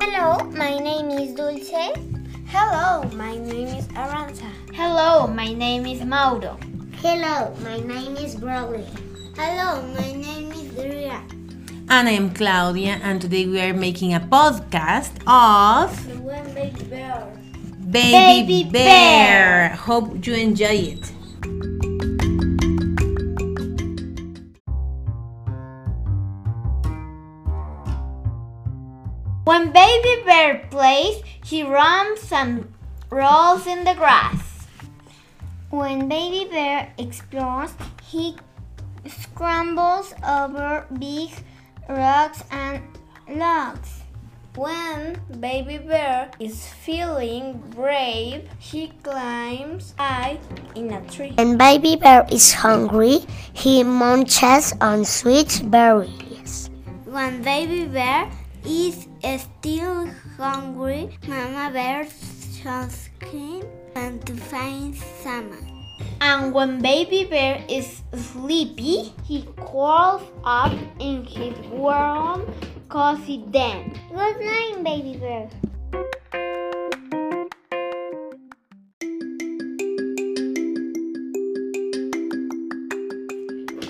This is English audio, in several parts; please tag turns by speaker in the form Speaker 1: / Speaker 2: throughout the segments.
Speaker 1: Hello, my name is Dulce.
Speaker 2: Hello, my name is Aranza.
Speaker 3: Hello, my name is Mauro.
Speaker 1: Hello, my name is Broly. Hello, my name is Ria.
Speaker 4: And I am Claudia, and today we are making a podcast of
Speaker 1: The one baby bear.
Speaker 4: Baby,
Speaker 3: Baby
Speaker 4: Bear. Hope you enjoy it.
Speaker 3: When Baby Bear plays, he romps and rolls in the grass.
Speaker 1: When baby bear explores, he scrambles over big rocks and logs.
Speaker 2: When baby bear is feeling brave, he climbs high in a tree.
Speaker 1: When baby bear is hungry, he munches on sweet berries. When baby bear is still hungry, mama bear shows him and finds salmon.
Speaker 3: And when Baby Bear is sleepy, he curls up in his warm, cozy den.
Speaker 1: Good night, baby bear.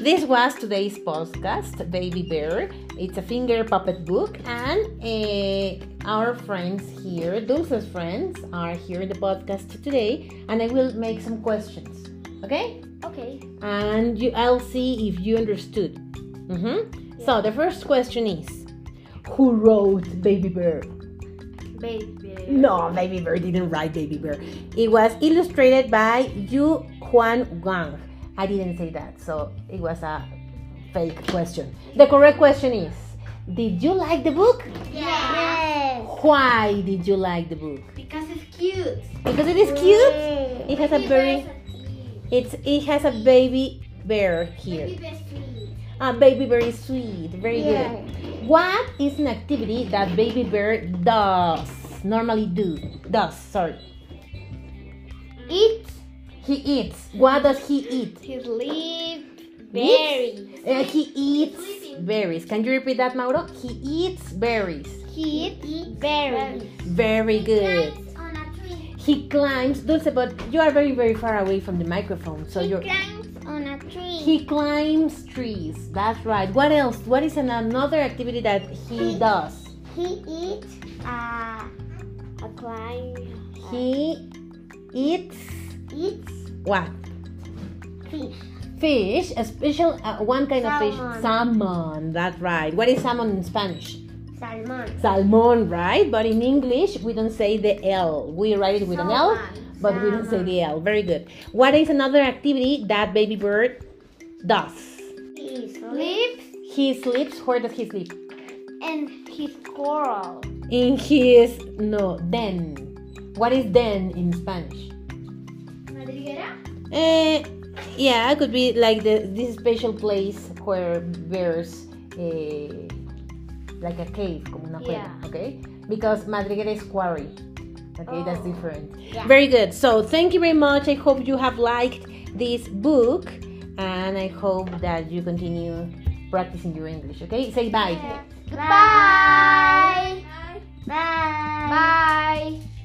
Speaker 4: This was today's podcast, Baby Bear. It's a finger puppet book, and eh, our friends here, Dulce's friends, are here in the podcast today, and I will make some questions. Okay?
Speaker 1: Okay.
Speaker 4: And you, I'll see if you understood. Mm-hmm. So the first question is, who wrote Baby Bear?
Speaker 1: Baby bear.
Speaker 4: No, Baby Bear didn't write Baby Bear. It was illustrated by Yu Huan Wang. I didn't say that, so it was a fake question. The correct question is Did you like the book?
Speaker 1: Yes.
Speaker 4: Why did you like the book?
Speaker 3: Because it's cute.
Speaker 4: Because it is cute. It has a very it's it has a baby bear here. A baby bear is sweet. Very good. What is an activity that baby bear does normally do? Does sorry.
Speaker 3: Eat
Speaker 4: He eats. What does he eat?
Speaker 3: his leaf berries.
Speaker 4: Uh, he eats berries. Can you repeat that, Mauro? He eats berries.
Speaker 3: He eats berries.
Speaker 4: Very good.
Speaker 1: On a tree.
Speaker 4: He climbs. Dulce, but you are very, very far away from the microphone, so you're.
Speaker 1: climbs on a tree.
Speaker 4: He climbs trees. That's right. What else? What is an, another activity that he does?
Speaker 1: He eats uh, a climb.
Speaker 4: He eats
Speaker 1: Eats
Speaker 4: what?
Speaker 1: fish.
Speaker 4: Fish, a special uh, one kind of
Speaker 1: Salmon.
Speaker 4: fish. Salmon. That's right. What is salmon in Spanish?
Speaker 1: Salmon.
Speaker 4: Salmon, right? But in English, we don't say the L. We write it with an L, but we don't say the L. Very good. What is another activity that baby bird does?
Speaker 1: He
Speaker 3: Leaves
Speaker 4: He sleeps. Where does he sleep?
Speaker 3: and his coral.
Speaker 4: In his no den. What is den in Spanish? Eh, yeah, it could be like the this special place where bears eh, like a cave, como una cueva, okay? Because madriguera is quarry. Okay, that's different. Very good. So thank you very much. I hope you have liked this book, and I hope that you continue practicing your English. Okay, say bye.
Speaker 1: Goodbye. Bye. Bye.
Speaker 3: Bye.